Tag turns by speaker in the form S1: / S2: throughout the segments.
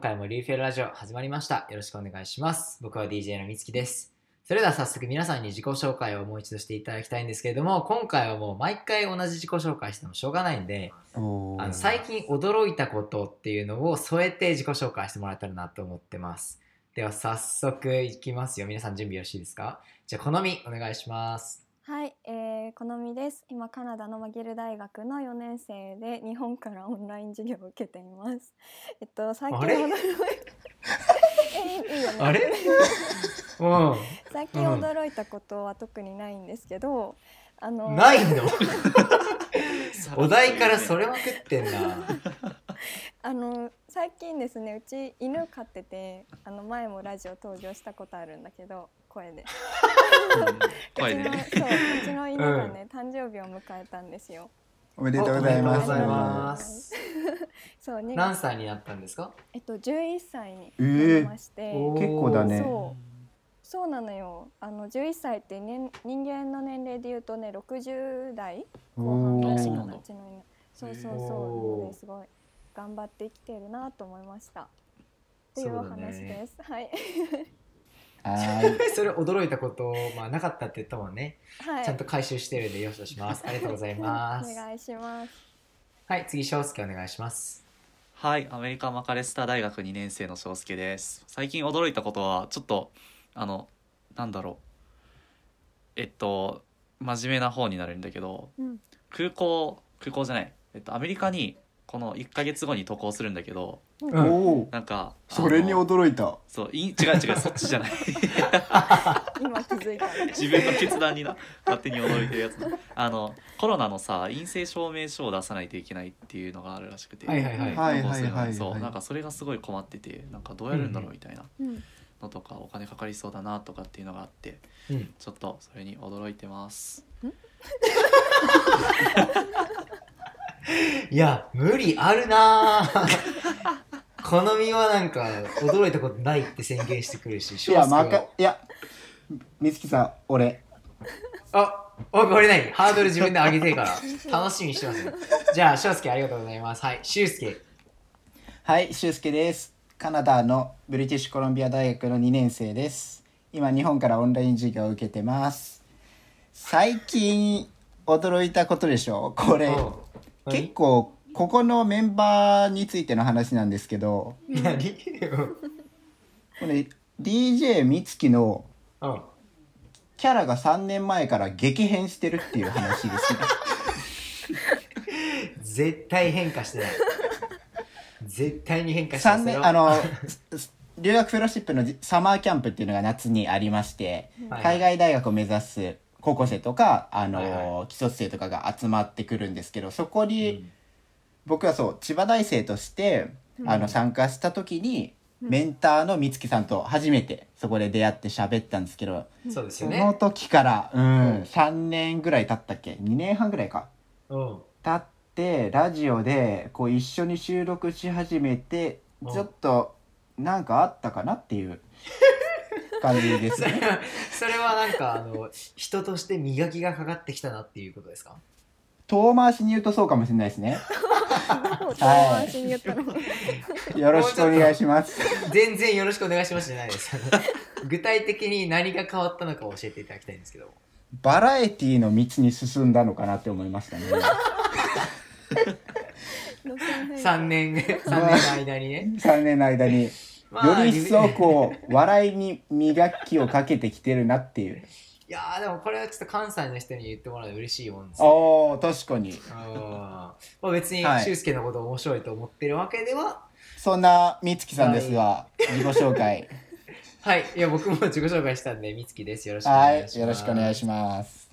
S1: 回もリーフェルラジオ始まりました。よろしくお願いします。僕は DJ のみつきです。それでは早速皆さんに自己紹介をもう一度していただきたいんですけれども、今回はもう毎回同じ自己紹介してもしょうがないんで、
S2: お
S1: あの最近驚いたことっていうのを添えて自己紹介してもらえたらなと思ってます。では早速いきますよ。皆さん準備よろしいですかじゃあ、好みお願いします。
S3: はい、えー、このみです。今カナダのマギル大学の4年生で日本からオンライン授業を受けています。 えっと最近
S1: あれ
S3: 驚い えいいよね
S1: あれうん。
S3: 最近驚いたことは特にないんですけど、あの
S1: ないの お題からそれまくってんな。
S3: あの最近ですねうち犬飼っててあの前もラジオ登場したことあるんだけど声で
S4: 声
S3: う
S4: で
S3: ちのそうう ちの犬がね、誕生日を迎えたんですよ
S2: おめでとうございます。
S1: おめでとうございます。
S3: そうに
S1: 何歳になったんですか
S3: えっと11歳に
S2: え
S3: な
S2: ー
S3: りまして、
S1: おー
S2: 結構だね
S3: そうそうなのよあの11歳って、ね、人間の年齢で言うとね60代後半ぐらい
S4: そう
S3: か
S4: なん
S3: な
S4: だ
S3: うちの犬そうそう
S1: お
S3: そう
S1: ー
S3: なのですごい頑張って生きてるなと思いましたっていうお
S1: そうだ
S3: 話
S1: ね
S3: です、はい
S2: は い。
S1: それ驚いたこと、まあ、なかったって言ったもんね。
S3: はい
S1: ちゃんと回収してるんで、よしとします。ありがとうございます
S3: お。願いします
S1: はい、次、翔介お願いします。
S4: はい、アメリカマカレスター大学2年生の翔介です。最近驚いたことは、ちょっと、あの、なんだろう。えっと、真面目な方になるんだけど、
S3: うん
S4: 空港、空港じゃない、えっと、アメリカに、この1ヶ月後に渡航するんだけど、
S1: う
S2: お
S1: ん
S2: おー。
S4: なんか、あの
S2: それに驚いた。
S4: そう、い違う違う、そっち じゃない。
S3: 今気づいた
S4: 自分の決断にな、勝手に驚いてるやつだあの、コロナのさ、陰性証明書を出さないといけないっていうのがあるらしくて。
S1: はいはいはい。
S2: はい
S4: 投稿するのに
S2: はいはい
S4: そう
S2: はい
S4: なんかそれがすごい困っててなんかどうやるんだろうみたいな
S3: うん
S4: のとかお金かかりそうだなとかっていうのがあって
S1: うん、
S4: ちょっとそれに驚いてます
S1: いや、無理あるな ぁ。好みはなんか、驚いたことないって宣言してくるし、
S2: い
S1: 翔
S2: や、
S1: 介
S2: まか
S1: は。、
S2: いや、みつきさん、俺。
S1: あおこれ何ハードル自分で上げてるから、楽しみにしてますね。じゃあ、翔介ありがとうございます。はい、俊介。
S2: はい、しゅうすけです。カナダのブリティッシュコロンビア大学の2年生です。今、日本からオンライン授業を受けてます。最近、驚いたことでしょうこれ、
S1: お
S2: 結構、ここのメンバーについての話なんですけど、
S1: 何 うん
S2: これ、DJ みつきの
S1: うん
S2: キャラが3年前から激変してるっていう話で すね。
S1: 絶対変化してない絶対に変化してない
S2: 3
S1: それ
S2: 年
S1: は
S2: あの s- 留学フェローシップのじサマーキャンプっていうのが夏にありまして、
S1: はい
S2: 海外大学を目指す高校生とかあの、
S1: はい
S2: 基礎生とかが集まってくるんですけどそこ
S1: う
S2: に、
S1: ん
S2: 僕はそう千葉大生として、あの参加した時に、メンターの美月さんと初めてそこで出会って喋ったんですけど、
S1: そうです
S2: そ
S1: よ
S2: の
S1: ね
S2: 時から、うん
S1: うん
S2: 3年ぐらい経ったっけ2年半ぐらいか
S1: うん
S2: 経ってラジオでこう一緒に収録し始めて
S1: うん
S2: ちょっとなんかあったかなっ ていう感じです
S1: それ
S2: ね
S1: はそれはなんかあの人として磨きがかかってきたなっていうことですか
S2: 遠回しに言うとそうかもしれないですね
S3: どう遠回しに言ったの
S2: よろしくお願いします
S1: 全然よろしくお願いしますじゃないですあの具体的に何が変わったのか教えていただきたいんですけど
S2: バラエティの道に進んだのかなって思いま したね
S3: 路線変更
S1: 3年3年の間にね、
S2: 3年の間によ
S1: まあ
S2: り一層こう笑いに磨きをかけてきてるなっていう
S1: いやーでもこれはちょっと関西の人に言ってもらうと嬉しいもんですね
S2: ああ確かに
S1: あーまあ、別に
S2: はい
S1: 俊介のことを面白いと思ってるわけでは
S2: そんな美月さんですが自己紹介
S1: はい、いや僕も自己紹介したんでみつきですよろしくお
S2: は
S1: 願いしま
S2: い
S1: す
S2: よろしくお願いします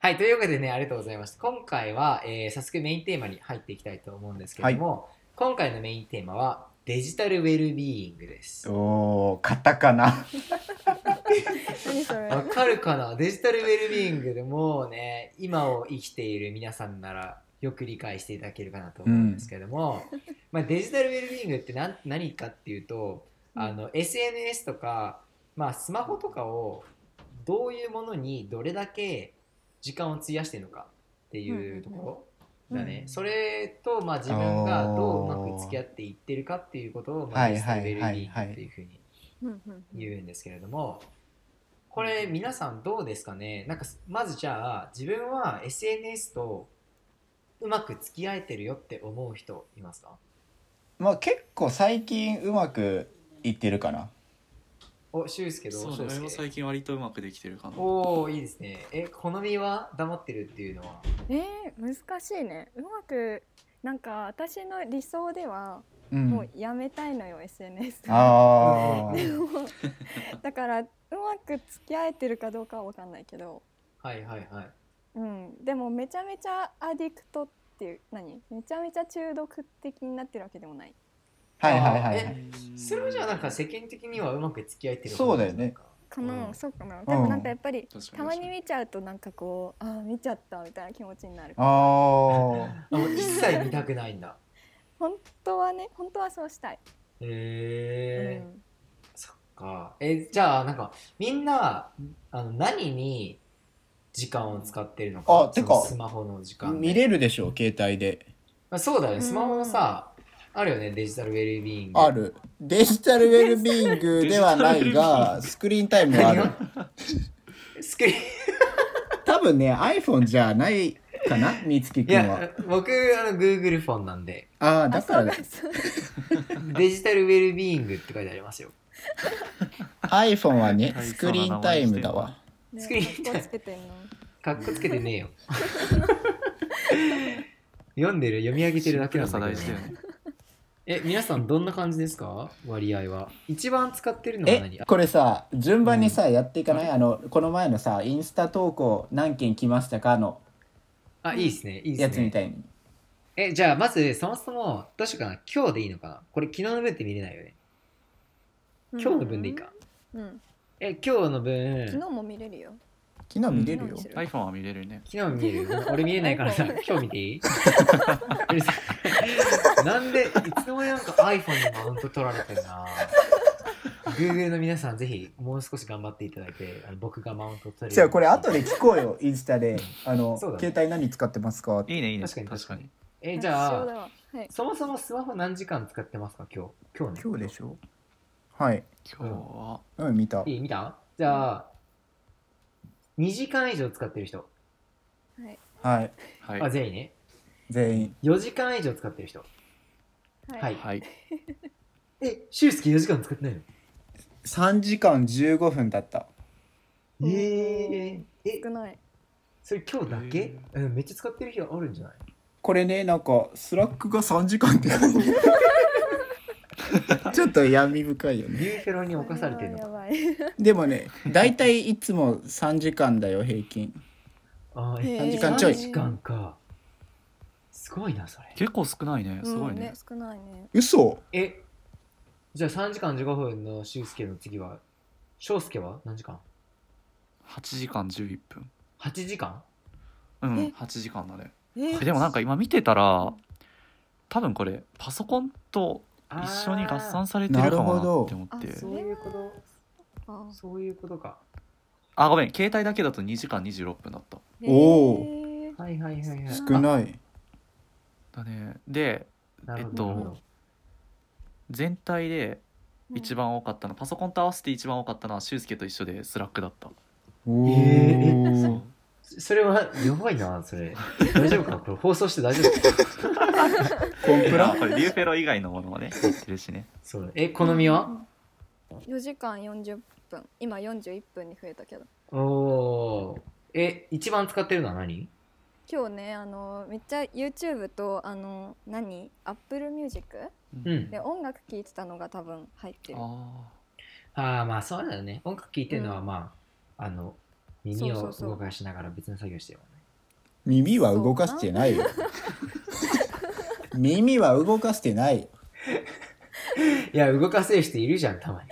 S1: はいというわけでねありがとうございました今回は、えー早速メインテーマに入っていきたいと思うんですけども、今回のメインテーマはデジタルウェルビーイングです
S2: おーカタカナ
S3: 何それ
S1: わかるかなデジタルウェルビーイングでもうね今を生きている皆さんならよく理解していただけるかなと思うんですけども、 まあ、デジタルウェルビーイングって何何かっていうとあの SNS とか、まあ、スマホとかをどういうものにどれだけ時間を費やしてるのかっていうところだね、
S4: うん
S1: それと、まあ、自分がどううまく付き合っていってるかっていうことを、まあ、
S2: おー
S1: デジタルウェルビ
S2: はいはい
S1: ーイング
S2: はいはい
S1: っていうふうに
S3: うんうんうん
S1: 言うんですけれどもこれ皆さんどうですかねなんかまずじゃあ自分は SNS とうまく付き合えてるよって思う人いますか
S2: まあ結構最近うまくいってるかな
S1: お俊介どう
S4: そうね俺も最近割とうまくできてるかな
S1: おおいいですねえ好みは黙ってるっていうのは
S3: えー、難しいねうまくなんか私の理想では
S2: うん
S3: もうやめたいのよ、SNS
S2: ああ
S1: うん
S3: だからうまく付き合えてるかどうかは分かんないけど、
S1: はいはいはい
S3: うん、でもめちゃめちゃアディクトっていう何めちゃめちゃ中毒的になってるわけでもない
S2: はいはいはいは
S1: え
S2: い
S1: それはじゃあなんか世間的にはうまく付き合えてる
S2: そうだよね
S3: かな、
S1: うん
S3: そうかなでもなんかやっぱり
S4: 確かに
S3: たまに見ちゃうとなんかこうあー見ちゃったみたいな気持ちになる
S2: ああ
S1: あもう一切見たくないんだ
S3: 本当はね本当はそうしたい、
S1: へえ
S3: うん
S1: そっかえじゃあなんかみんなあの何に時間を使ってるのか
S2: あてか
S1: そのスマホの時間で
S2: 見れるでしょ携帯で
S1: まあ、そうだよね
S3: うん
S1: スマホもさ、あるよねデジタルウェルビーイング
S2: あるデジタルウェルビーイングではないがスクリーンタイムはある
S1: スクリーン
S2: 多分ね iPhone じゃないかなみつき
S1: い
S2: くんは
S1: や僕あの Google フォンなんで
S2: ああだ
S3: あ
S2: か
S3: そ
S2: ら
S3: うだそうだ
S1: デジタルウェルビーイングって書いてありますよ
S2: iPhone はね
S4: 大
S2: ス
S4: 層
S2: ク
S4: な
S2: リー
S4: 名前してる
S2: ンタイムだわ
S3: ね
S1: スクリーン
S3: かっこつけてんの
S1: かっこつけてねえよ読んでる読み上げてるだけなんだけど、
S4: シンプルさ大事だよね
S1: え皆さんどんな感じですか割合は一番使ってるのは何
S2: えこれさ順番にさやっていかないあのこの前のさインスタ投稿何件来ましたかの
S1: あいいですねいい
S2: や
S1: で
S2: つ
S1: す
S2: み
S1: ね
S2: たいに
S1: えじゃあまずそもそもどうしようかな今日でいいのかなこれ昨日の分って見れないよね今日の分でいいか、
S3: うん、
S1: え今日の分
S3: 昨日も見れるよ
S2: 昨日見れるよ
S3: 昨日見れる
S4: iPhone は見れるね
S1: 昨日見える俺見れない からさ
S3: iPhone
S1: 今日見ていい なんでいつの間になんか iPhone のマウント取られてるな Google の皆さんぜひもう少し頑張っていただいてあの僕がマウント取れる
S2: じゃあこれ後で聞こ うよインスタであの、
S1: そうだね
S2: 携帯何使ってますかって
S4: いいねいいね
S1: 確かに
S4: 確かに
S1: えじゃ
S3: 楽勝
S1: あ
S3: だわはい、
S1: そもそもスマホ何時間使ってますか今日今日ね
S2: 今日でしょはい
S4: 今日は
S2: うん見た
S1: いい見たじゃあ2時間以上使ってる人、
S3: はい
S2: はい
S4: はい
S1: あ全員ね
S2: 全員
S1: 4時間以上使ってる人
S3: はい
S1: はい
S4: はい
S1: えシュウスケ4時間使ってないの
S2: 3時間15分だった
S3: うん
S1: えー、え
S3: 少ない
S1: それ今日だけ
S4: へ、
S1: うん、めっちゃ使ってる日あるんじゃない
S2: これねなんかスラックが3時間って書 いてあるちょっと闇深いよね
S1: ユーフェロに侵されてるの
S3: あ
S1: か
S3: やばいへ
S2: でもね大体いつも3時間だよ平均
S1: あー
S3: ー
S2: 3時間ちょい
S1: 3時間かすごいなそれ
S4: 結構少ないねすごい
S3: うん、
S4: ね
S3: ね少ないね
S2: 嘘
S1: えじゃあ3時間15分の俊介の次は翔介は何時間
S4: 8時間11分
S1: ?8 時間
S4: うん
S3: え
S4: 8時間だね
S3: え
S4: これでもなんか今見てたら多分これパソコンと
S1: あー
S4: 一緒に合算されてるかもなって思って
S3: なるほ
S1: そ
S3: ど
S1: ういうこと
S3: あ
S1: そういうことか
S4: あごめん携帯だけだと2時間26分だった
S2: お
S3: ー
S1: はいはいはいはい
S2: 少ない
S4: だねで
S1: なるほ
S4: え
S1: ど
S4: っと
S1: なるほど
S4: 全体で一、
S3: うん
S4: 番多かったの、パソコンと合わせて一番多かったのは俊介と一緒でスラックだった
S2: おー
S1: えそそれはやばいなそれ大丈夫か なこれ放送して大丈夫か
S2: コンプ
S4: あ
S2: ラ
S4: これリューフェロ以外のものもね入ってるしね
S1: そうえ好みは、
S3: 4時間40分今41分に増えたけど
S1: おおーえ一番使ってるのは何
S3: 今日ねあのめっちゃ YouTube とあの何 Apple Music
S1: うん
S3: で音楽聴いてたのが多分入ってる
S4: あ
S1: ああまあそうだよね音楽聴いてるのは
S3: う
S1: まあ、あの耳
S3: そ
S1: を
S3: うそうそう
S1: 動かしながら別の作業してるもんね
S2: 耳は動かしてな いよ耳は動かしてない
S1: いや動かせる人いるじゃんたまに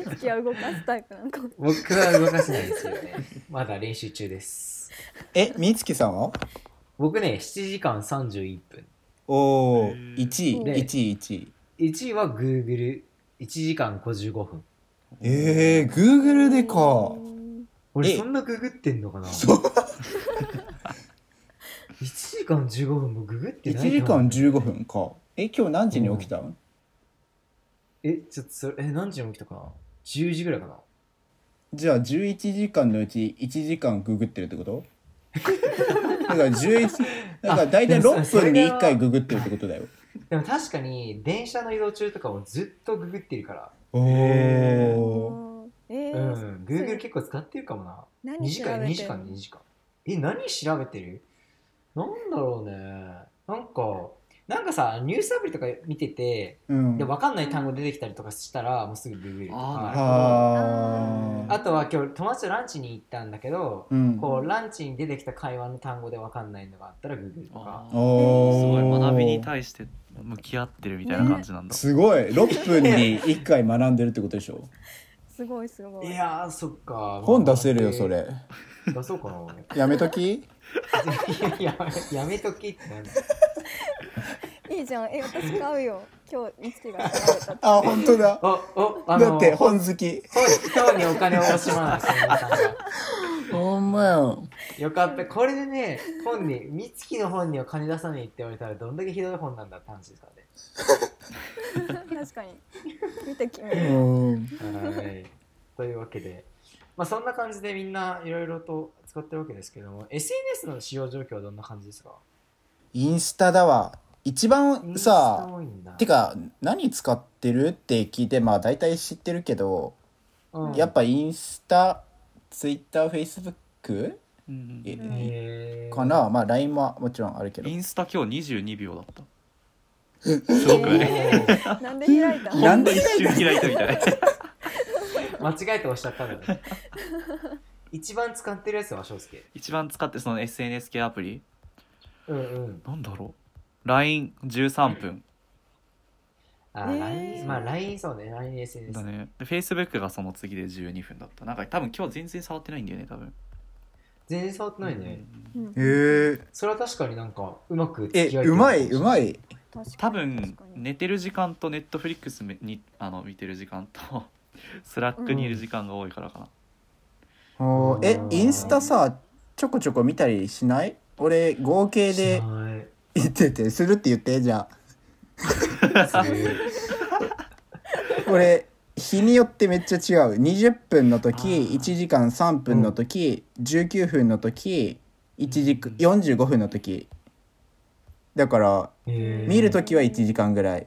S3: 美月は動かすタイプなのかも
S1: 僕は動かせないですよ ねまだ練習中です
S2: えみつきさんは
S1: 僕ね7時間31分
S2: おお
S4: へー
S2: 1
S1: で
S2: 位1位1位
S1: 1位は Google1 時間55分
S2: えー、Google でか
S1: 俺
S2: え
S1: そんなググってんのかな1
S2: そう
S1: 時間15分もググって
S2: 1
S1: ない
S2: 時
S1: と思う
S2: 間15分かえ今日何時に起きたん、
S1: えちょっとそれえ何時に起きたかな10時ぐらいかな
S2: じゃあ11時間のうち1時間ググってるってこと だから11だから大体
S1: あでもそ
S2: 6分に
S1: それ
S2: 1
S1: が
S2: 回ググってるってことだよ
S1: でも確かに電車の移動中とかもずっとググってるから
S2: お
S4: へ
S2: お
S3: え
S1: う
S3: ー
S1: ん Google 結構使ってるかもな2
S3: 何
S1: 時
S3: 調
S1: 間2
S3: べ
S1: 時
S3: てん
S1: 間2
S3: の
S1: 時間え何調べてるなんだろうねなんかなんかさニュースアプリとか見てて
S2: うん
S1: で分かんない単語出てきたりとかしたらもうすぐググると
S4: あーなる
S1: か
S4: ほど
S2: は
S1: あとは今日友達とランチに行ったんだけど
S2: ーうん
S1: こうランチに出てきた会話の単語で分かんないのがあったらググるとか
S4: あー
S2: おー
S4: すごい学びに対して向き合ってるみたいな感じなんだ、
S2: すごい6分に1回学んでるってことで しょ
S3: すごいすごい。
S1: いやーそっかまあ
S2: 本出せるよそれ
S1: 出そうかな俺
S2: やめとき
S1: いやややめときってなんだ
S3: いいじゃん。え、私買うよ。今日、みつきが買われたって。
S2: あ本当だ
S1: おおあ
S2: だ
S1: の
S2: って本好き
S1: 本当にお金を惜しまない千田さんが
S2: ほんまやん
S1: よかったこれでね本に美月の本には金出さねえって言われたらどんだけひどい本なんだって話ですからね
S3: 確かに。見て決める。
S2: うん
S1: はいというわけで、まあ、そんな感じでみんないろいろと使ってるわけですけども SNS の使用状況はどんな感じですか
S2: インスタだわ一番さ
S1: インスタ多いんだ
S2: てか何使ってるって聞いてまあ大体知ってるけど、
S1: うん
S2: やっぱインスタツイッターフェイスブック
S4: うん
S2: え
S3: うん
S1: へー
S2: かな、まあ LINE ももちろんあるけど
S4: インスタ今日22秒だったすごくない
S1: おー
S3: なんで開いた
S2: なんで
S4: ほん と一瞬開いたみたい
S1: 間違えておっしゃった のね一番使ってるやつは翔介
S4: 一番使ってその SNS 系アプリ
S1: うんうん
S4: なんだろう LINE13 分
S1: あ
S3: えー
S1: LINE まあ LINE そうね LINE SNS
S4: だねで Facebook がその次で12分だったなんか多分今日全然触ってないんだよね多分
S1: 全然触ってないね、
S3: うん
S2: へえ
S1: それは確かになんかうまく
S2: え
S1: 付き合えて
S2: う
S1: る
S2: まいうまい
S3: 確かに
S4: 多分
S3: 確かに
S4: 寝てる時間と Netflix めにあの見てる時間と スラックにいる時間が多いからかな、
S2: おーえインスタさちょこちょこ見たりしない俺合計で
S1: しない
S2: 言っててするって言ってじゃあ俺日によってめっちゃ違う20分の時
S4: あー
S2: 1時間3分の時、19分の時1時間45分の時だから
S1: えー
S2: 見る時は1時間ぐらい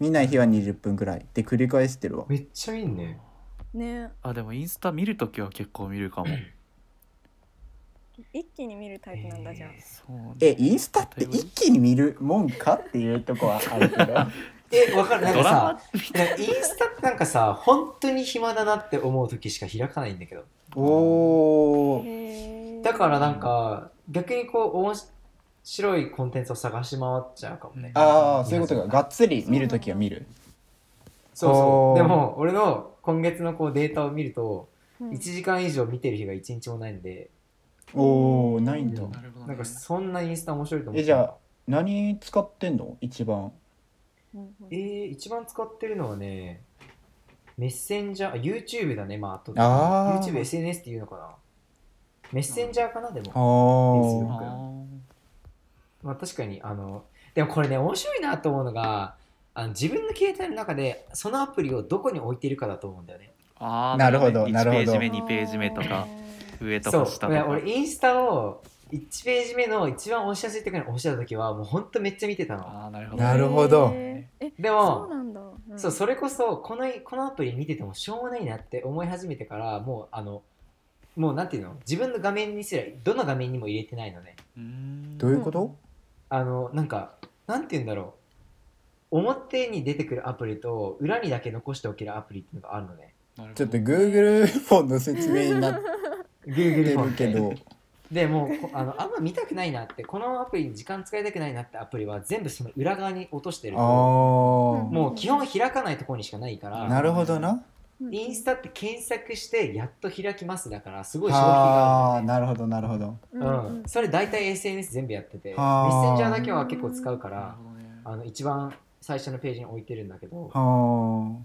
S2: 見ない日は20分ぐらいで繰り返してるわ
S1: めっちゃいいね
S3: ね
S4: あでもインスタ見るときは結構見るかも
S3: 一気に見るタイプなんだじゃん、
S4: そうね
S2: えインスタって一気に見るもんかっていうとこはあるけど
S1: えわかるなん
S4: ド
S1: か
S4: ラ
S1: さ
S4: マ
S1: なんかインスタってなんかさ本当に暇だなって思う時しか開かないんだけど
S2: おー
S3: へー
S1: だからなんか逆にこう面白いコンテンツを探し回っちゃうかもね、
S4: うん
S2: ああそういうことかがっつり見るときは見る
S1: そう
S2: お
S1: そ
S2: ー
S1: うでも俺の今月のこうデータを見ると
S3: うん
S1: 1時間以上見てる日が1日もないんで
S2: おおないんだ
S4: なるほどね
S1: なんかそんなインスタ面白いと思って
S2: えじゃあ何使ってんの一番
S3: うんうん
S1: えー、一番使ってるのはね、メッセンジャー、あ YouTube だね、まあ、あと
S2: あー
S1: YouTube、SNS っていうのかな。メッセンジャーかな、で
S2: あ
S1: も。
S2: ー
S4: あ
S1: まあ、確かに、あの、でもこれね、面白いなと思うのが、あの自分の携帯の中で、そのアプリをどこに置いてるかだと思うんだよね。
S4: あー
S2: なるほど
S4: ね
S2: なるほど
S4: 1ページ目2ページ目とか上と
S1: そ
S4: か下
S1: う、
S4: と
S1: い
S4: か
S1: や俺、インスタを1ページ目の一番押しやすいところに押したときは、もうほんとめっちゃ見てたの。
S4: あーなるほど
S2: なるほど
S3: へーえ
S1: で
S3: そう
S1: も、
S3: なんだ、うん
S1: そうそれこそこのこのアプリ見ててもしょうがないなって思い始めてからもうあのもうなんていうの自分の画面にすらどの画面にも入れてないのね
S4: うーん
S2: どういうこと
S1: あのなんかなんていうんだろう表に出てくるアプリと裏にだけ残しておけるアプリっていうのがあるの ね
S4: なるほど
S2: ちょっと Google フォンの説明になっ
S1: Google
S2: て
S1: フ
S2: るけ
S1: ォン
S2: ど
S1: ででもうこあのあんま見たくないなってこのアプリに時間使いたくないなってアプリは全部その裏側に落としてる
S2: あ
S1: と
S2: ー
S1: もう基本開かないところにしかないから
S2: なるほどな
S3: うん
S1: インスタって検索してやっと開きますだからすごい消費があるんだよね
S2: あーなるほどなるほど
S3: うんうん
S1: うん、それ大体 SNS 全部やっててメ
S2: はあ
S1: ッセンジャーだけは結構使うか
S4: なる
S1: ら
S4: ほどね
S1: あの一番最初のページに置いてるんだけど
S2: は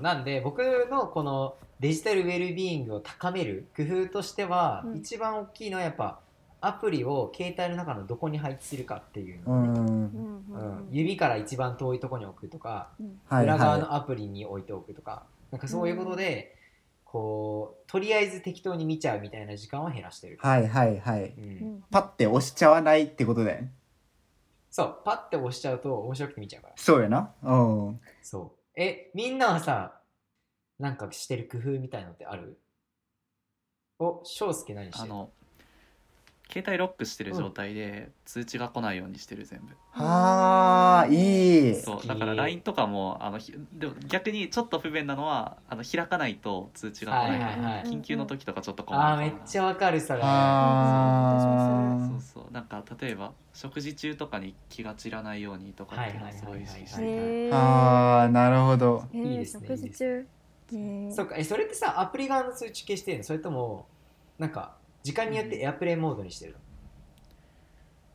S1: なんで僕のこのデジタルウェルビーイングを高める工夫としては、
S3: うん
S1: 一番大きいのはやっぱアプリを携帯の中のどこに配置するかっていう
S2: う。
S1: の、
S3: うんん
S1: う
S3: う
S1: んん指から一番遠いとこに置くとか、
S3: うん
S2: はい
S1: 裏側
S2: は
S1: のアプリに置いておくとかなんかそういうことで、こうとりあえず適当に見ちゃうみたいな時間は減らしてる、
S2: い。はいはいはい。
S1: うん
S3: うん
S2: パッて押しちゃわないってことだよね。
S1: そうパッて押しちゃうと面白くて見ちゃうから
S2: そうやな。うん。
S1: そうえみんなはさなんかしてる工夫みたいのってあるお翔介何して
S4: あ
S1: る
S4: の携帯ロックしてる状態で通知が来ないようにしてる全部、
S2: はあ、いい。
S4: そ
S1: 好き
S4: うだから LINE とかもあのひでも逆にちょっと不便なのはあの開かないと通知が来ないから、
S1: はいはいはい
S4: 緊急の時とかちょっと困る
S1: あー
S4: か
S1: め
S4: な
S1: っちゃわかるそれ
S2: あ
S4: そう
S2: ー
S4: そうなんか例えば食事中とかに気が散らないようにとかっていうの
S1: は
S4: は
S1: は
S4: い
S1: い
S4: す
S1: はい
S4: ご
S1: はいい
S4: 意識し
S1: は
S4: て
S1: い
S4: る
S3: へー
S2: あー、なるほど。
S3: えー
S1: いいですね
S3: 食事中えー
S1: そうかえそれってさアプリ側の通知消してるのそれともなんか時間によってエアプレイモードにしてるの、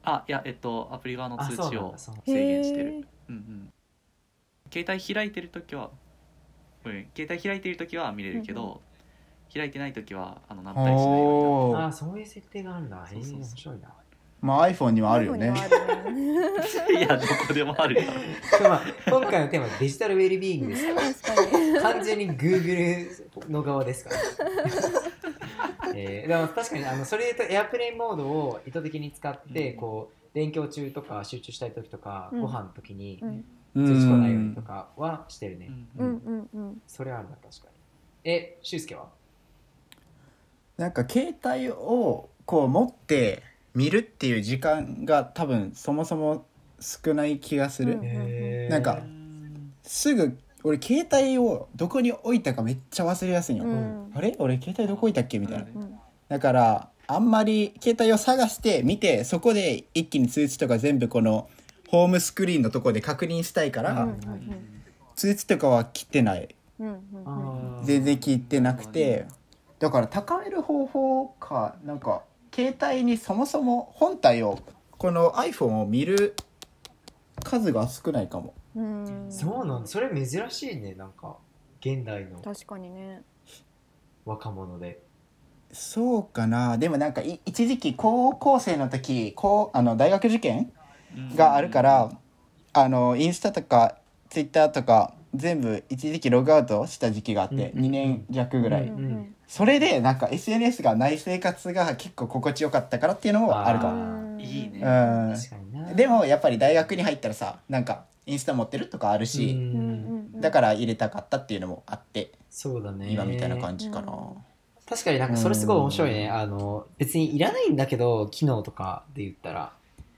S4: あいやえっとアプリ側の
S1: あ
S4: 通
S1: そう
S4: 知
S1: なん
S4: を
S1: だそう
S4: 制限してる
S3: へー
S4: うんうん携帯開いてる時はうん携帯開いてる時は見れるけ
S3: うんう
S4: ど開いてない時はあのなったりしないように
S2: お
S1: あ
S2: ー
S1: ーそういう設定があるんだへえ
S4: そうそうそう
S1: 面白いな
S2: まあ iPhone にはあるよね。
S3: iPhone にはあるね
S4: いやどこでもあるから
S1: でもまあ今回のテーマデジタルウェルビーイングですから
S3: 確かに
S1: 完全に Google の側ですから、 えーでも確かにあのそれで言うとエアプレイモードを意図的に使って、
S4: うん
S1: こう勉強中とか集中したい時とか、
S3: うん
S1: ご飯の時に
S3: うん
S2: う
S1: 通知来ないようにと
S2: ん。
S1: かはしてるね、
S4: うん
S3: うんうんうん
S1: それはあるな確かにえしゅうすけは
S2: なんか携帯をこう持って見るっていう時間が多分そもそも少ない気がする。
S3: うん
S2: なんか
S4: うん
S2: すぐ俺携帯をどこに置いたかめっちゃ忘れやすいの、
S3: うん
S2: あれ俺携帯どこ置いたっけみたいな、
S4: うん
S3: うん
S2: だからあんまり携帯を探して見てそこで一気に通知とか全部このホームスクリーンのところで確認したいから、
S3: うん
S2: 通知とかは切ってない
S3: うんうん
S1: あ
S3: うん
S1: ー
S2: 全然切ってなく
S4: なる
S2: てだから高める方法かなんか携帯にそもそも本体をこの iPhone を見る数が少ないかも
S3: うん
S1: そうなんだそれ珍しいねなんか現代の
S3: 確かにね
S1: 若者で
S2: そうかなでもなんかい一時期高校生の時こうあの大学受験があるから、あのインスタとかツイッターとか全部一時期ログアウトした時期があって、
S1: うんうんうん
S2: 2年弱ぐらい、
S1: うん
S2: それでなんか SNS がない生活が結構心地よかったからっていうのもあるかも
S1: あ
S3: うん
S4: いいね
S2: うん
S1: 確かにな
S2: でもやっぱり大学に入ったらさなんかインスタ持ってるとかある
S1: う
S2: し、
S3: うん
S1: ん
S3: うん
S2: だから入れたかったっていうのもあって、
S1: そうだね
S2: 今みたいな感じかな、
S3: うん
S1: 確かになんかそれすごい面白いね、
S2: うん
S1: あの別にいらないんだけど機能とかで言ったら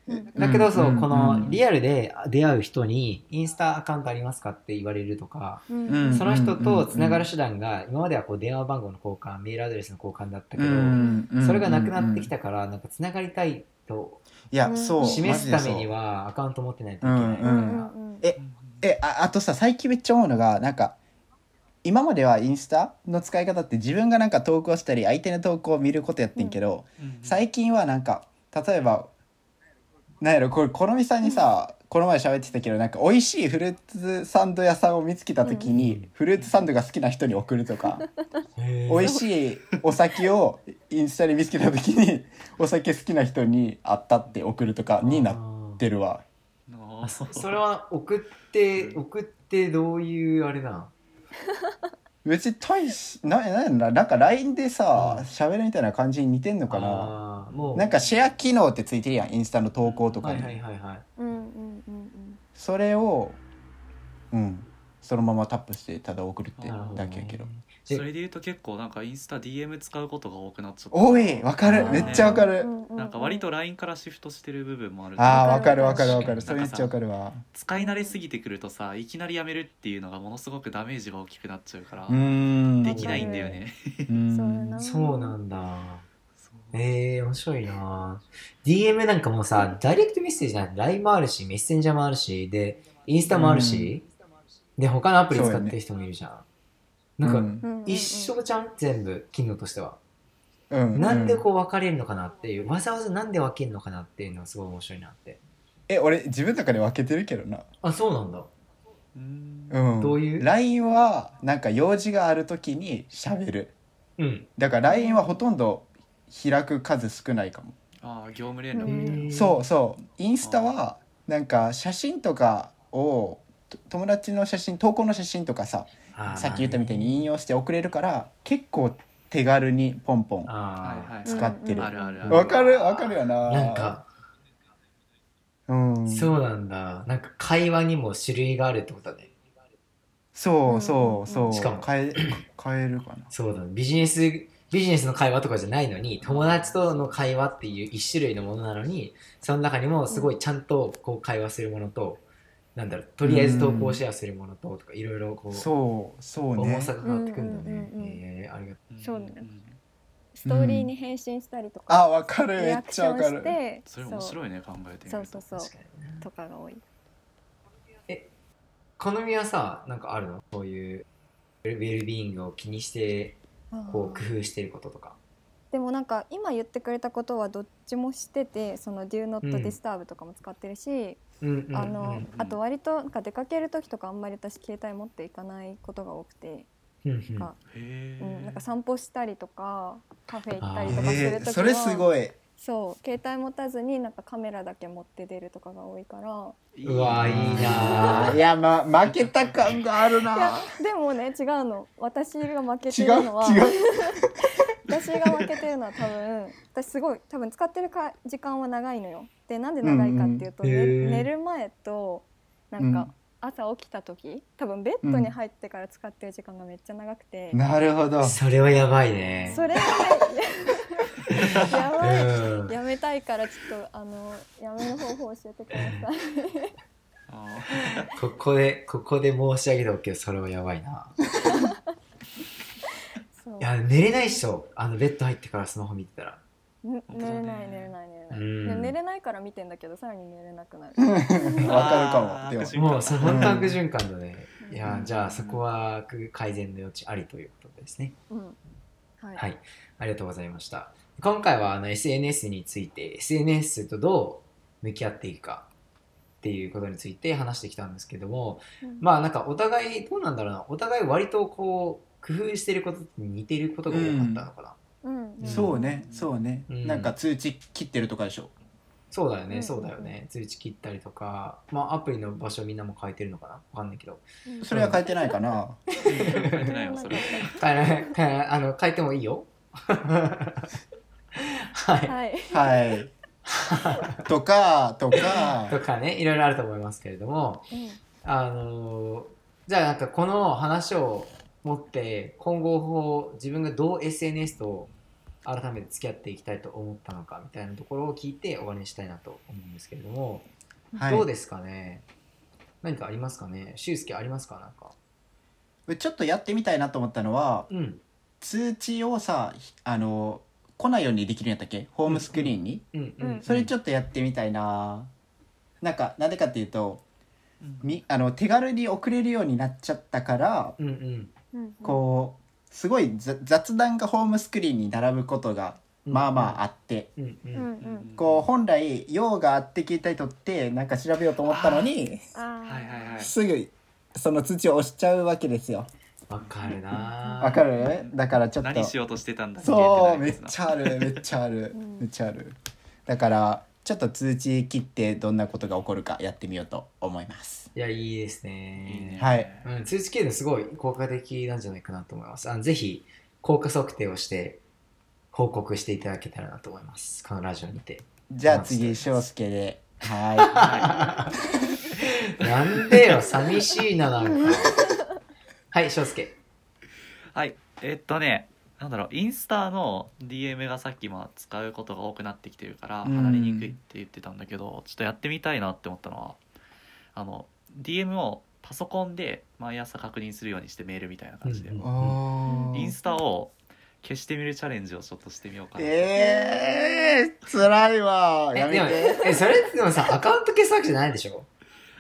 S3: うん
S1: だけどそう、
S2: うん
S1: こ
S2: う
S1: の
S2: ん
S1: リアルで出会う人にインスタアカウントありますかって言われるとか、
S3: うん
S2: うん
S1: その人とつながる手段が今まではこう電話番号の交換メールアドレスの交換だったけど、それがなくなってきたからなんかつながりたいと
S2: いや、そう
S1: 示すために
S2: マジでそう
S1: はアカウント持ってないといけないか
S2: う
S1: ら、
S2: ん
S3: うん
S2: ええああとさ最近めっちゃ思うのがなんか今まではインスタの使い方って自分がなんか投稿したり相手の投稿を見ることやってんけど、最近はなんか例えばなんやろこれこのみさんにさ、この前喋ってたけどなんか美味しいフルーツサンド屋さんを見つけた時に、
S1: うん
S2: フルーツサンドが好きな人に送るとか、
S1: へー
S2: 美味しいお酒をインスタで見つけた時 にお酒好きな人に会ったって送るとかになってるわ。
S4: あ
S1: あ
S4: ー
S1: そそれは送って送ってどういうあれな
S2: 別に大しななんだなんか LINE でさ
S1: うん
S2: 喋、るみたいな感じに似てんの
S1: の
S2: かな
S1: あーもう
S2: なんかシェア機能ってついてるやんインスタの投稿とか
S1: は
S2: に、
S1: いはいはいはい
S3: うんうんうん
S2: それをうんそのままタップしてただ送るって
S4: なるほど
S2: だけやけど
S4: それで言うと結構なんかインスタ DM 使うことが多くなっちゃった
S2: おいわか
S1: あ
S2: る
S1: ー
S2: めっちゃわか
S3: う
S2: る、
S3: んうん
S4: なんか割と LINE からシフトしてる部分もある
S2: あー
S3: わ
S2: わ
S3: か
S2: か
S3: る
S2: るわかる
S3: わ
S2: わ
S3: か
S2: か
S3: る
S2: るそれめっちゃわかるわ
S4: 使い慣れすぎてくるとさいきなりやめるっていうのがものすごくダメージが大きくなっちゃうから、
S2: うーん
S4: できないんだよね
S2: う
S3: そうやなん
S1: そうなんだ
S4: そう
S1: ええー、面白いな DM なんかもうさダイレクトメッセージなんて LINE もあるしメッセンジャーもあるしでインスタもあるし、で他のアプリ使ってる人もいるじゃん、なんか、
S2: うん
S3: うん
S1: 一緒じゃん全部機能としては、
S2: うん
S1: なんでこう分かれるのかなっていうわざわざなんで分けるのかなっていうのがすごい面白いなって
S2: え俺自分の中で分けてるけどな
S1: あそうなんだ
S4: うーん
S2: うん
S1: どういう
S2: LINE はなんか用事がある時に喋る
S1: うん
S2: だから LINE はほとんど開く数少ないかも
S4: ああ業務連絡みたいな
S3: へー
S2: そうそうインスタはなんか写真とかをと友達の写真投稿の写真とかさ
S1: あー
S2: さっき言ったみたいに引用して送れるから結構手軽にポンポン
S1: あー
S4: はいはい
S2: 使ってる
S4: あるあるある
S2: わかるわかるよな
S1: なんか
S2: うん
S1: そうなんだなんか会話にも種類があるってことだね
S2: そううんそう
S3: うん
S2: そ
S3: うん
S2: う
S1: しかも
S2: 変え変えるかな
S1: そうだねビジネスビジネスの会話とかじゃないのに友達との会話っていう一種類のものなのにその中にもすごいちゃんとこう会話するものと、なんだろうとりあえず投稿シェアするものととかいろいろこう
S2: そうそうね
S1: 重さが変わってくるんだね、
S3: うんうんうんうん
S1: えーありがと
S4: うん
S3: そうだね
S4: ん
S3: ストーリーに返信したりとか、
S2: あわかる
S3: リ
S2: めっ
S3: アク
S2: ち
S3: シ
S2: ゃ
S3: ョ
S2: わ
S3: ン
S2: かる
S3: して
S4: それ面白いね考えてみると
S3: そうそうそうう
S1: 確かにね
S3: とかが多い
S1: 好みはさなんかあるのそういうウェルビーイングを気にしてこう工夫してることとか
S3: でもなんか今言ってくれたことはどっちもしててその「Do not
S1: うん
S3: disturb」とかも使ってるし、
S1: うんうんうん
S3: あの、
S1: うん
S3: あと割となんか出かける時とかあんまり私携帯持っていかないことが多くて、
S1: うん
S3: か
S4: へ
S3: う
S4: え、
S3: ん、なんか散歩したりとかカフェ行ったりとかする
S2: え
S3: 時
S2: ー
S3: は
S2: それすごい
S3: そう携帯持たずになんかカメラだけ持って出るとかが多いから
S4: いいう
S1: わいいな
S2: あーいやま負けた感がある
S3: いや
S2: な
S3: でもね違うの私が負け
S2: 違
S3: て
S2: う
S3: る
S2: 違
S3: のは
S2: う
S3: 私が負けてるのは多分私すごい多分使ってるか時間は長いのよでなんで長いかっていうと、
S1: うんうん
S3: ね
S1: へー
S3: 寝る前となん
S2: う
S3: か
S2: ん
S3: 朝起きた時多分ベッドに入ってから使ってる時間がめっちゃ長くて、
S2: なる ほど
S1: それはやばいね
S3: それが やばい、
S1: うん
S3: やめたいからちょっとあのやめの方法教えてください
S4: あ
S1: ここでここで申し上げておくけどそれはやばいな
S3: そう
S1: いや寝れないっしょあのベッド入ってからスマホ見てたら
S3: ぬ
S4: 本
S3: 寝
S4: 当だね
S3: れない寝れない寝れない、
S1: うん
S3: で寝れないから見てんだけどさらに寝れなくなる
S2: わかる
S4: ー
S2: か
S4: あー
S1: も
S2: もでも
S4: 悪循環
S1: うその本当悪循環だね、
S3: うん
S1: いやじゃあそこは改善の余地ありということですね
S3: うんはい、
S1: はいありがとうございました今回はあの SNS について SNS とどう向き合っていくかっていうことについて話してきたんですけども
S3: うん
S1: まあなんかお互いどうなんだろうなお互い割とこう工夫してることに似てることが多かったのかな、
S3: うんうん
S2: そうねそうね
S1: うん
S2: なんか通知切ってるとかでしょ
S1: そうだよ
S3: う
S1: ね、
S3: ん
S1: そうだよね。通知切ったりとか、まあアプリの場所みんなも変えてるのかなわかんないけど。
S3: うん
S2: それは変えてないかな
S4: ー 書いてないよそれ
S1: 変えない、変えないあの、変えてもいいよ。 は
S3: はい
S2: はいとかとか
S1: い。 とかね、いろいろあると思いますけれども、あのーじゃあなんかこの話を持って、今後こう自分がどう SNS と改めて付き合っていきたいと思ったのかみたいなところを聞いて終わりにしたいなと思うんですけれども、
S2: はい
S1: どうですかね何かありますかねしゅうすけありますかなんか。
S2: ちょっとやってみたいなと思ったのは
S1: うん。
S2: 通知をさあの来ないようにできるんやったっけホームスクリーンに、
S1: うんうん、
S3: うん
S2: それちょっとやってみたいななんかなんでかっていうと
S4: うん
S2: みあの手軽に送れるようになっちゃったから
S1: うんうん
S3: うん
S2: こうすごいざ雑談がホームスクリーンに並ぶことがまあまああって、
S1: うんう
S3: うんん
S1: うん
S3: うん
S2: こう本来用があって携帯取ってなんか調べようと思ったのに
S3: あー
S4: はいはいはい
S2: すぐその通知を押しちゃうわけですよ
S1: わかるなぁ
S2: わかるだからちょっと
S4: 何しようとしてたんだ
S2: そうめ
S4: 見え
S2: って
S4: ないやつ
S2: ちゃあるめっちゃある、
S3: うん
S2: めっちゃあるだからちょっと通知切ってどんなことが起こるかやってみようと思います
S1: いやいいです
S4: な。いいね
S1: ね
S2: はい
S1: うん、通知切るのすごい効果的なんじゃないかなと思いますあのぜひ効果測定をして報告していただけたらなと思いますこのラジオにて
S2: じゃあ次翔介では
S1: なんでよ寂しいな なんかはい翔介
S4: はい。えっとね、なんだろう、インスタの DM がさっきまあ使うことが多くなってきてるから、
S2: うん
S4: 離れにくいって言ってたんだけど、ちょっとやってみたいなって思ったのは、あの、DM をパソコンで毎朝確認するようにしてメールみたいな感じで、
S1: うん
S2: いお
S4: インスタを消してみるチャレンジをちょっとしてみようかな。
S2: えー、辛いわ
S1: え
S2: やめ
S1: でも
S2: て
S1: えそれでもさアカウント消すわけじゃないでしょ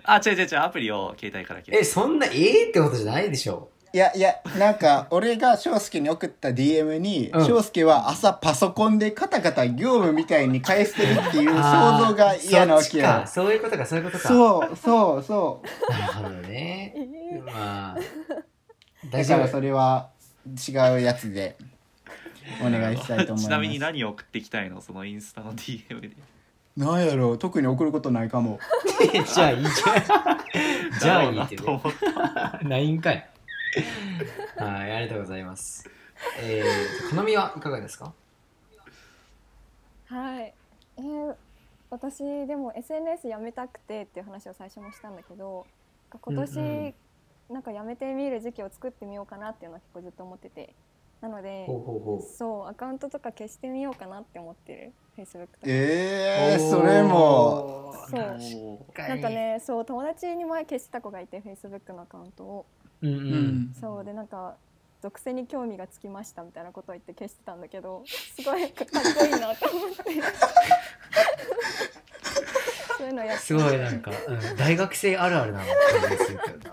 S4: あ、違う違う違う、アプリを携帯から消
S1: え
S4: す。
S1: そんなえー、ってことじゃないでしょ
S2: いやいやなんか俺が翔介に送った DM に、
S1: うん
S2: 翔介は朝パソコンでカタカタ業務みたいに返してるっていう想像が嫌なわ
S1: あーそっ
S2: け
S1: ちか
S2: や
S1: そういうことかそういうことか
S2: そうそうそう
S1: なるほどね
S3: えー
S1: まあ、
S2: だ
S1: 大
S2: か
S1: 丈
S2: ら
S1: 夫
S2: それは違うやつでお願いしたいと思います
S4: ちなみに何を送っていきたいのそのインスタの DM で
S2: なんやろう特に送ることないかも
S1: じゃあいいじゃん。じゃあいい
S4: だ
S1: って
S4: ろうな
S1: ね。
S4: と思って
S1: ないんかい。はい、ありがとうございます。えー、好みはいかがですか
S3: はい。えー私でも SNS やめたくてっていう話を最初もしたんだけど、今年、
S1: うんう
S3: なんかやめてみる時期を作ってみようかなっていうのは結構ずっと思ってて、なので、
S1: ほうほうほう。
S3: そうアカウントとか消してみようかなって思ってる Facebook とか。
S2: えー、それも
S3: そう
S1: な
S4: もう
S3: なんか、ねそう友達に前消してた子がいて Facebook のアカウントを
S1: うん
S2: う
S1: うん、
S2: ん
S3: そうでなんか属性に興味がつきましたみたいなことを言って消してたんだけどすごいかっこいいなと思 ってそういうのやっ
S1: すごいなんか、うん、大学生あるあるなの感じがするけどな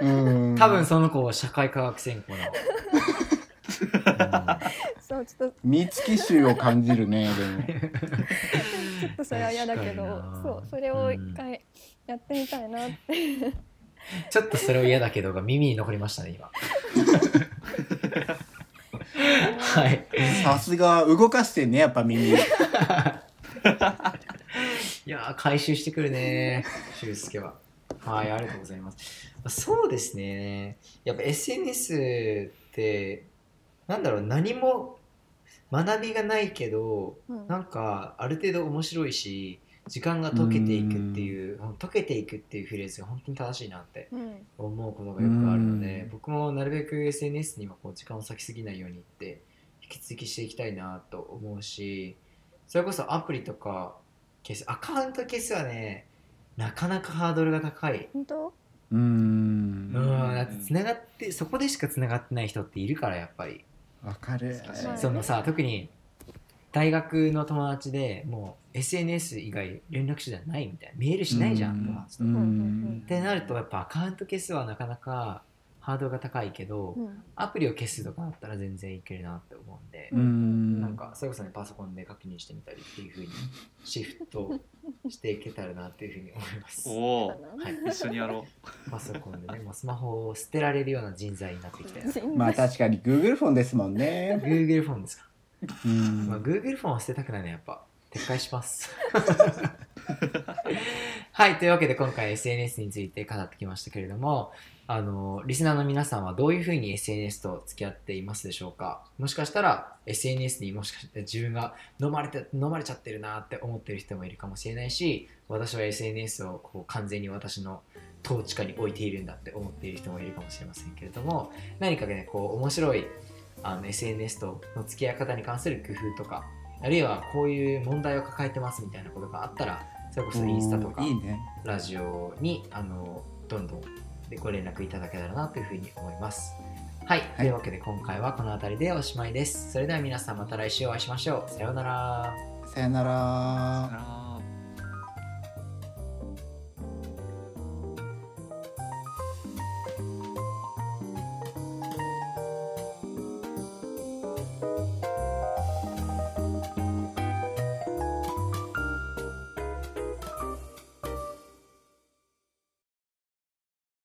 S2: うん
S1: 多分その子社会科学専攻なの、うん
S3: そうちょっと
S2: 三月臭を感じるねでも
S3: ちょっとそれは嫌だけ
S1: 確
S3: ど
S1: かにな
S3: そうそれを一回やってみたいなって、
S1: ちょっとそれを嫌だけどが耳に残りましたね 今はい
S2: さすが動かしてんねやっぱ耳
S1: いやー回収してくるね俊介ははいありがとうございますそうですねやっぱ SNS ってなんだろう何も学びがないけど
S3: うん
S1: なんかある程度面白いし時間が溶けていくっていう溶けていくっていうフレーズが本当に正しいなって
S3: うん
S1: 思うことがよくあるので
S2: うん
S1: 僕もなるべく SNS にはこう時間を割きすぎないようにって引き続きしていきたいなと思うしそれこそアプリとか消すアカウント消すはねなかなかハードルが高い。
S3: 本当
S2: う
S1: うんん、だってつながってそこでしかつながってない人っているからやっぱり
S2: わかる
S3: はい
S1: そのさ特に大学の友達でもう SNS 以外連絡手段ないみたいなメールしないじゃん友達と
S2: う
S1: か
S2: ん
S3: うん
S1: ってなるとやっぱアカウント消すはなかなかハードルが高いけど、
S3: うん
S1: アプリを消すとかだったら全然いけるなって思うんで、
S2: うん
S1: なんかそれこそねパソコンで確認してみたりっていうふうにシフ トしていけたらなっていうふうに思います。は、
S4: お
S3: か
S4: お
S3: ない
S4: 一緒にやろ
S1: パソコンでねもうスマホを捨てられるような人材になってきた よ。
S3: 人
S2: まあ確かに Google フォンですもんね
S1: Google フォンですか、
S2: う
S1: まあ、
S2: ん
S1: Google フォンは捨てたくないねやっぱ撤回し ます。はいというわけで今回 SNS について語ってきましたけれどもあのリスナーの皆さんはどういうふうに SNS と付き合っていますでしょうかもしかしたら SNS にもしかして自分が飲まれて飲まれちゃってるなって思ってる人もいるかもしれないし私は SNS をこう完全に私の統治下に置いているんだって思っている人もいるかもしれませんけれども何かねこう面白いあの SNS との付き合い方に関する工夫とかあるいはこういう問題を抱えてますみたいなことがあったらそれこそインスタとか
S2: いいね
S1: ラジオにあのどんどんでご連絡いただけたらなというふうに思います。はい、というわけで今回はこの辺りでおしまいです。それでは皆さんまた来週お会いしましょう。さようなら。
S2: さよなら
S4: う。